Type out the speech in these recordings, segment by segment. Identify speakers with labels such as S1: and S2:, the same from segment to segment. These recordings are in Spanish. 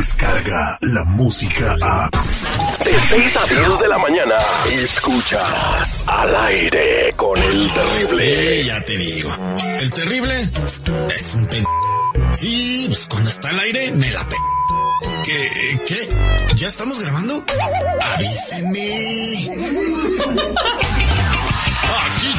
S1: Escucha la música a.
S2: De 6 a 10 de la mañana, escuchas al aire con el terrible.
S3: Sí, ya te digo. El terrible es un pen. Sí, pues cuando está al aire me la pe. ¿Qué? ¿Qué? ¿Ya estamos grabando? Avísenme. Aquí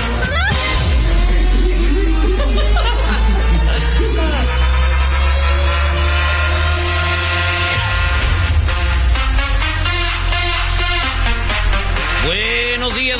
S4: Buenos días,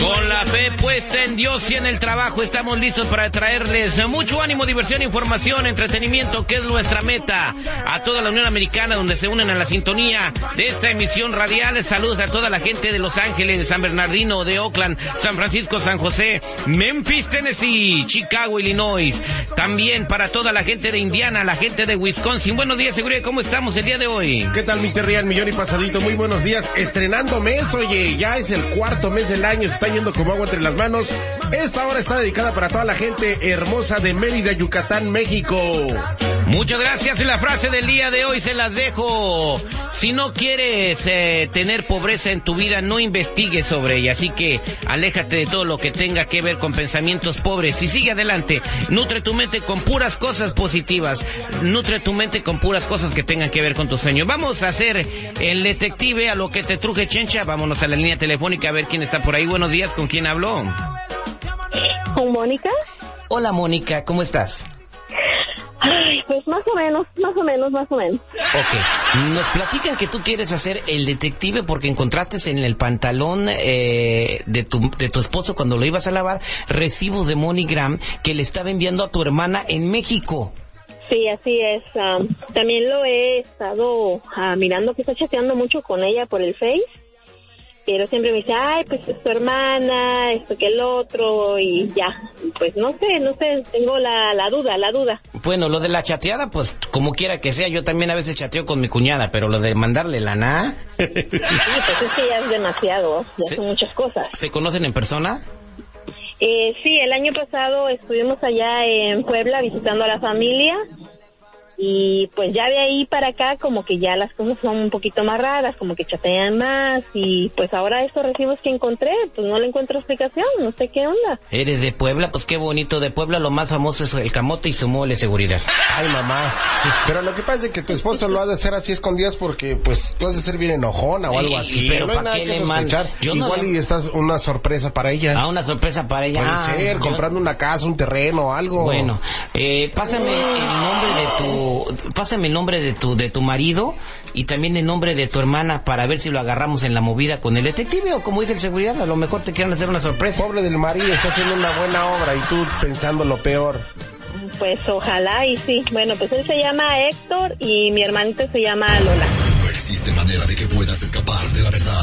S4: Con la fe puesta en Dios y en el trabajo, estamos listos para traerles mucho ánimo, diversión, información, entretenimiento, que es nuestra meta. A toda la Unión Americana, donde se unen a la sintonía de esta emisión radial. Saludos a toda la gente de Los Ángeles, San Bernardino, de Oakland, San Francisco, San José, Memphis, Tennessee, Chicago, Illinois. También para toda la gente de Indiana, la gente de Wisconsin. Buenos días, seguridad. ¿Cómo estamos el día de hoy?
S5: ¿Qué tal, mi Terry? Al millón y pasadito. Muy buenos días. Estrenando mes, oye. Ya es el cuarto mes del año. Se está yendo como agua entre las manos. Esta hora está dedicada para toda la gente hermosa de Mérida, Yucatán, México.
S4: Muchas gracias. Y la frase del día de hoy se las dejo. Si no quieres eh, tener pobreza en tu vida, no investigues sobre ella. Así que aléjate de todo lo que tenga que ver con pensamientos pobres y sigue adelante. Nutre tu mente con puras cosas positivas. Nutre tu mente con puras cosas que tengan que ver con tus sueños. Vamos a hacer el detective a lo que te truje, Chencha. Vámonos a la línea telefónica a ver quién está por ahí. Buenos días, ¿con quién habló?
S6: ¿Con Mónica?
S4: Hola, Mónica, ¿cómo estás?
S6: Ay, pues más o menos, más o menos, más o menos.
S4: Ok, nos platican que tú quieres hacer el detective porque encontraste en el pantalón eh, de, tu, de tu esposo cuando lo ibas a lavar recibos de MoneyGram que le estaba enviando a tu hermana en México.
S6: Sí, así es. am, también lo he estado ah, mirando que está chateando mucho con ella por el Face. Pero siempre me dice, ay, pues es tu hermana, esto que el otro, y ya. Pues no sé, no sé, tengo la, la duda, la duda.
S4: Bueno, lo de la chateada, pues como quiera que sea, yo también a veces chateo con mi cuñada, pero lo de mandarle lana,
S6: Sí, pues es que ya es demasiado, ya
S4: Sí.
S6: son muchas cosas.
S4: ¿se conocen en persona?
S6: Eh, sí, el año pasado estuvimos allá en Puebla visitando a la familia y pues ya de ahí para acá como que ya las cosas son un poquito más raras, como que chatean más y pues ahora estos recibos que encontré, pues no le encuentro explicación, no sé qué onda.
S4: ¿Eres de Puebla? Pues qué bonito, de Puebla lo más famoso es el camote y su mole seguridad.
S5: Ay, mamá. Pero lo que pasa es que tu esposo lo ha de hacer así escondidas porque, pues, tú has de ser bien enojona o algo
S4: Ey,
S5: así.
S4: pero
S5: no hay
S4: ¿pa'
S5: nada
S4: qué
S5: que
S4: le
S5: sospechar.
S4: manda? Yo no
S5: Igual
S4: le-
S5: y estás una sorpresa para ella.
S4: Ah, una sorpresa para ella.
S5: Puede
S4: Ah,
S5: ser,
S4: yo-
S5: comprando una casa, un terreno, algo.
S4: Bueno, eh, pásame el nombre de tu, pásame el nombre de tu, de tu marido y también el nombre de tu hermana para ver si lo agarramos en la movida con el detective o como dice el seguridad, a lo mejor te quieren hacer una sorpresa.
S5: Pobre del marido, está haciendo una buena obra y tú pensando lo peor.
S6: Pues ojalá y sí. Bueno, pues él se llama Héctor y mi hermanita se llama Lola.
S3: No existe manera de que puedas escapar de la verdad.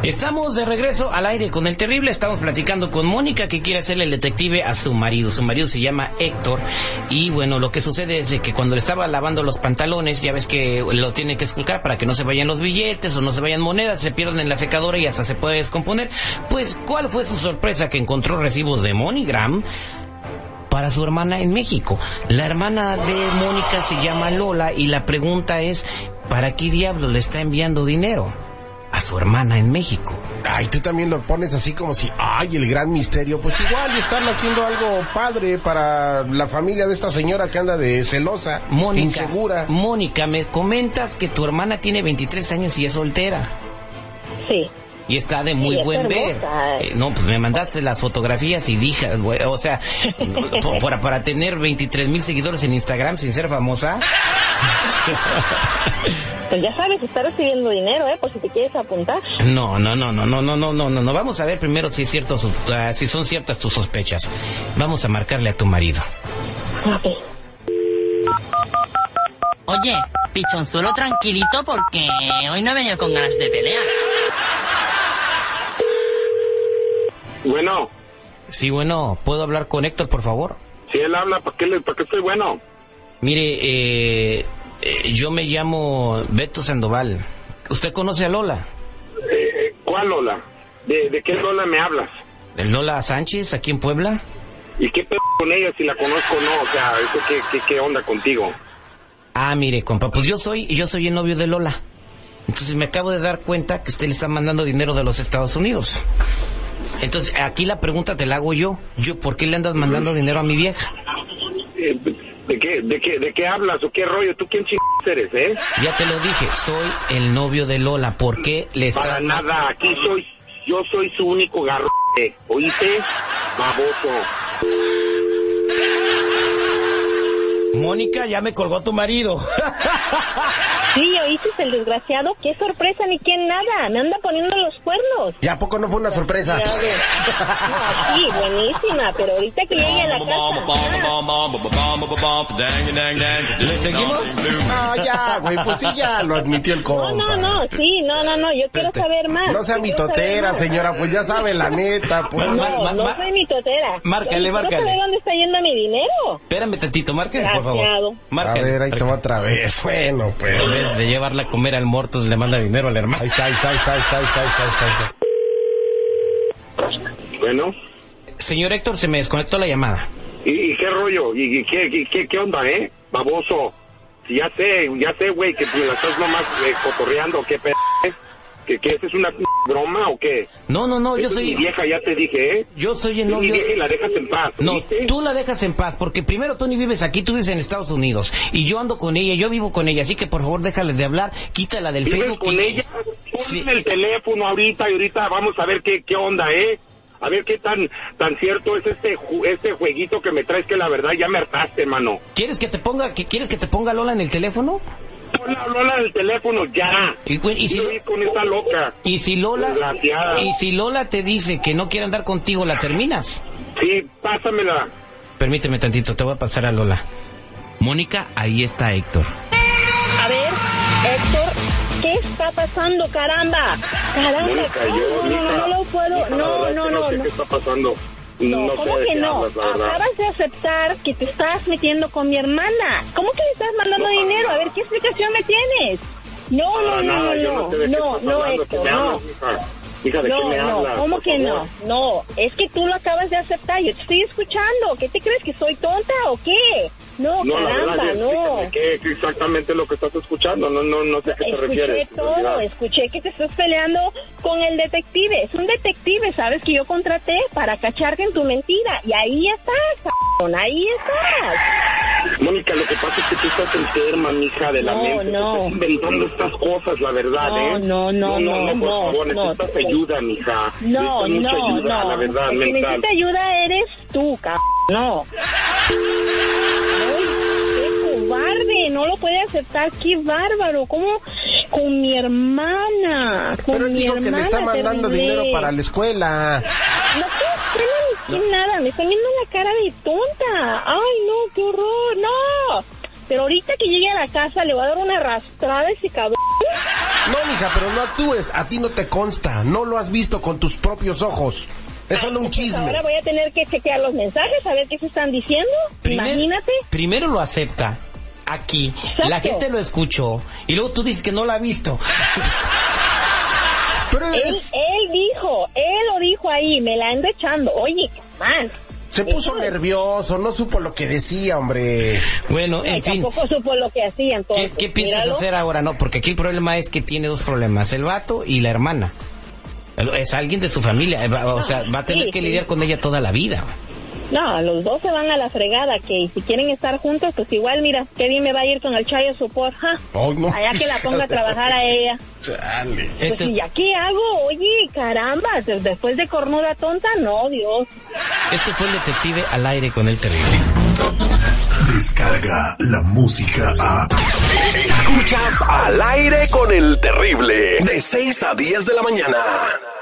S4: Estamos de regreso al aire con el terrible. Estamos platicando con Mónica que quiere hacerle el detective a su marido. Su marido se llama Héctor. Y bueno, lo que sucede es de que cuando le estaba lavando los pantalones, ya ves que lo tiene que esculcar para que no se vayan los billetes o no se vayan monedas, se pierden en la secadora y hasta se puede descomponer. Pues, ¿cuál fue su sorpresa que encontró recibos de MoneyGram? para su hermana en México. La hermana de Mónica se llama Lola y la pregunta es, ¿para qué diablo le está enviando dinero? A su hermana en México.
S5: Ay, tú también lo pones así como si, ay, el gran misterio. Pues igual, y están haciendo algo padre para la familia de esta señora que anda de celosa,
S4: Mónica,
S5: insegura.
S4: Mónica, me comentas que tu hermana tiene 23 años y es soltera.
S6: Sí.
S4: Y está de muy
S6: Sí, es
S4: buen ver.
S6: hermosa.
S4: Eh, no, pues me mandaste las fotografías y dije, güey, o sea, po- para, para tener 23 mil seguidores en Instagram sin ser famosa.
S6: Pues ya sabes, está recibiendo dinero, ¿eh? Por si te quieres apuntar.
S4: No, no, no, no, no, no, no, no, no, no. Vamos a ver primero si es cierto, su- ah, si son ciertas tus sospechas. Vamos a marcarle a tu marido.
S6: Ok.
S7: Oye, pichonzuelo tranquilito porque hoy no he venido con ganas de pelear.
S8: Bueno,
S4: Sí, bueno, ¿puedo hablar con Héctor, por favor?
S8: si él habla, ¿para qué, le, para qué estoy bueno?
S4: Mire, eh, eh, yo me llamo Beto Sandoval. ¿Usted conoce a Lola?
S8: Eh, ¿Cuál Lola? ¿De, de qué Lola me hablas?
S4: Lola Sánchez, aquí en Puebla.
S8: ¿Y qué pedo con ella si la conozco o no? O sea, ¿eso qué, qué, qué onda contigo?
S4: Ah, mire, compa, pues yo soy, yo soy el novio de Lola. Entonces me acabo de dar cuenta que usted le está mandando dinero de los Estados Unidos. Entonces, aquí la pregunta te la hago yo. Yo, ¿por qué le andas mandando dinero a mi vieja?
S8: Eh, ¿De qué, de, qué, ¿De qué hablas o qué rollo? ¿Tú quién chingados eres, eh?
S4: Ya te lo dije, soy el novio de Lola. ¿Por qué le estás
S8: Para nada, aquí soy, yo soy su único garro. ¿Oíste? Baboso.
S4: Mónica, ya me colgó tu marido.
S6: Sí, oíste el desgraciado. Qué sorpresa, ni quién nada. Me anda poniendo los cuernos.
S5: ¿Y a poco no fue una sorpresa?
S6: Ya ves. No, sí, buenísima, pero ahorita que llegue a la casa. ah,
S4: ¿Le seguimos?
S5: No, ya, güey, pues sí, ya lo admitió el compa.
S6: No, no, no, sí, no, no, no, yo quiero saber más.
S5: No sea
S6: yo quiero
S5: mitotera,
S6: saber más.
S5: señora, pues ya sabe la neta, pues.
S4: Ma-
S6: No,
S4: ma-
S6: no
S4: ma-
S6: soy mitotera.
S4: Márcale,
S6: Yo quiero
S4: márcale.
S6: saber dónde está yendo mi dinero.
S4: Espérame tantito, márcale, por favor.
S6: Desgraciado.
S5: A
S4: Márcale.
S5: ver, ahí te va otra vez. Bueno, pues.
S4: En vez de llevarla a comer al Mortos, le manda dinero al hermano.
S5: Ahí está, ahí está, ahí está, ahí está, ahí está, ahí está, ahí está.
S8: Bueno,
S4: Señor Héctor, se me desconectó la llamada.
S8: ¿y, y qué rollo? ¿Y, y qué, y qué, qué onda, eh? Baboso. Si ya sé, ya sé, güey, que me la estás nomás eh, cotorreando, ¿qué pedo? eh? ¿Que, que esa es una broma o qué?
S4: No, no, no, Pues yo
S8: Esa es mi
S4: soy,
S8: vieja, ya te dije, ¿eh?
S4: yo soy
S8: Es
S4: el
S8: mi
S4: novio.
S8: vieja y la dejas en paz.
S4: No,
S8: ¿oíste?
S4: tú la dejas en paz, porque primero tú ni vives aquí, tú vives en Estados Unidos. Y yo ando con ella, yo vivo con ella, así que por favor déjales de hablar, quítala del
S8: Vives
S4: Facebook.
S8: con
S4: y-
S8: ella, ponle
S4: Sí.
S8: el teléfono ahorita y ahorita vamos a ver qué, qué onda, ¿eh? A ver qué tan tan cierto es este ju- este jueguito que me traes que la verdad ya me hartaste, mano.
S4: ¿Quieres que te ponga, que, quieres que te ponga Lola en el teléfono?
S8: Hola, hola del teléfono, ya.
S4: Y, güey, y si,
S8: Quiero ir con esta loca.
S4: y si Lola,
S8: Desgraciada.
S4: y si Lola te dice que no quiere andar contigo, la terminas.
S8: Sí, pásamela.
S4: Permíteme tantito, te voy a pasar a Lola. Mónica, ahí está Héctor.
S6: A ver, Héctor, ¿qué está pasando? Caramba, caramba.
S8: Mónica,
S6: no,
S8: yo,
S6: no, no,
S8: mija,
S6: no lo puedo.
S8: mija, la
S6: No,
S8: verdad
S6: no,
S8: es que
S6: no,
S8: sé
S6: no.
S8: qué está pasando.
S6: No,
S8: No
S6: ¿cómo
S8: sé de
S6: que
S8: qué
S6: no?
S8: hablas, la verdad.
S6: Acabas de aceptar que te estás metiendo con mi hermana. ¿Cómo que le estás mandando
S8: No, para
S6: dinero? A
S8: nada.
S6: ver, ¿qué explicación me tienes? No, no,
S8: Para
S6: no,
S8: nada, yo
S6: no,
S8: sé de qué
S6: no,
S8: estás
S6: no,
S8: hablando,
S6: Héctor,
S8: ¿qué me
S6: no.
S8: hablas, mija? Mija, ¿de qué
S6: No,
S8: me
S6: no,
S8: hablas?
S6: ¿cómo
S8: por
S6: que
S8: favor?
S6: no? No, es que tú lo acabas de aceptar, yo te estoy escuchando. ¿Qué te crees que soy tonta o qué? No,
S8: No, la
S6: caramba,
S8: verdad,
S6: no.
S8: no. ¿Qué qué exactamente lo que estás escuchando? No, no, no sé a qué te
S6: Escuché
S8: refieres. en
S6: todo,
S8: realidad.
S6: escuché que te estás peleando con el detective. Es un detective, sabes que yo contraté para cacharte en tu mentira. Y ahí estás, cabrón, ahí estás.
S8: Mónica, lo que pasa es que tú estás enferma, mija, de la
S6: No,
S8: mente. Te
S6: no.
S8: Estás inventando estas cosas, la verdad,
S6: No,
S8: ¿eh?
S6: no,
S8: no,
S6: no, no,
S8: por
S6: no,
S8: favor,
S6: no.
S8: necesitas ayuda, mija.
S6: No,
S8: necesitas mucha
S6: no,
S8: ayuda,
S6: no.
S8: la verdad,
S6: El que
S8: mental.
S6: necesita ayuda eres tú, cabrón. No. Ay, qué cobarde, no lo puede aceptar. Qué bárbaro. ¿Cómo? Con mi hermana. Con
S5: Pero él
S6: mi
S5: dijo que le está
S6: hermana
S5: mandando
S6: terminé.
S5: dinero para la escuela.
S6: No te ni nada, me están viendo la cara de tonta. Ay, no, qué horror, no. Pero ahorita que llegue a la casa le voy a dar una arrastrada a ese cabrón.
S5: No mija, pero no actúes. A ti no te consta. No lo has visto con tus propios ojos. Es solo un
S6: Pues
S5: chisme.
S6: ahora voy a tener que chequear los mensajes, a ver qué se están diciendo.
S4: Primer-
S6: Imagínate.
S4: Primero lo acepta. Aquí. La gente lo escuchó. Y luego tú dices que no la ha visto.
S5: Pero
S6: él, él dijo, él lo dijo ahí, me la ando echando. Oye, man.
S5: Se puso nervioso, no supo lo que decía, hombre.
S4: Bueno,
S6: Ay,
S4: en fin.
S6: Tampoco supo lo que hacía entonces.
S4: ¿Qué, qué piensas
S6: míralo.
S4: hacer ahora? No, porque aquí el problema es que tiene dos problemas, el vato y la hermana. El- Es alguien de su familia, eh, va- o sea, va a tener
S6: Ah, Sí,
S4: que
S6: sí.
S4: lidiar con ella toda la vida.
S6: No, los dos se van a la fregada, que y si quieren estar juntos, pues igual, mira, qué bien me va a ir con el Chayo Support, ja.
S4: Oh,
S5: Ay, no.
S6: Allá que la ponga a trabajar a ella.
S5: Chale.
S6: Pues,
S4: Este-
S6: ¿y ya qué hago? Oye, caramba, de- después de cornuda tonta, no, Dios.
S4: Este fue el detective al aire con el terrible.
S1: Descarga la música a.
S2: Escuchas al aire con el terrible de 6 a 10 de la mañana.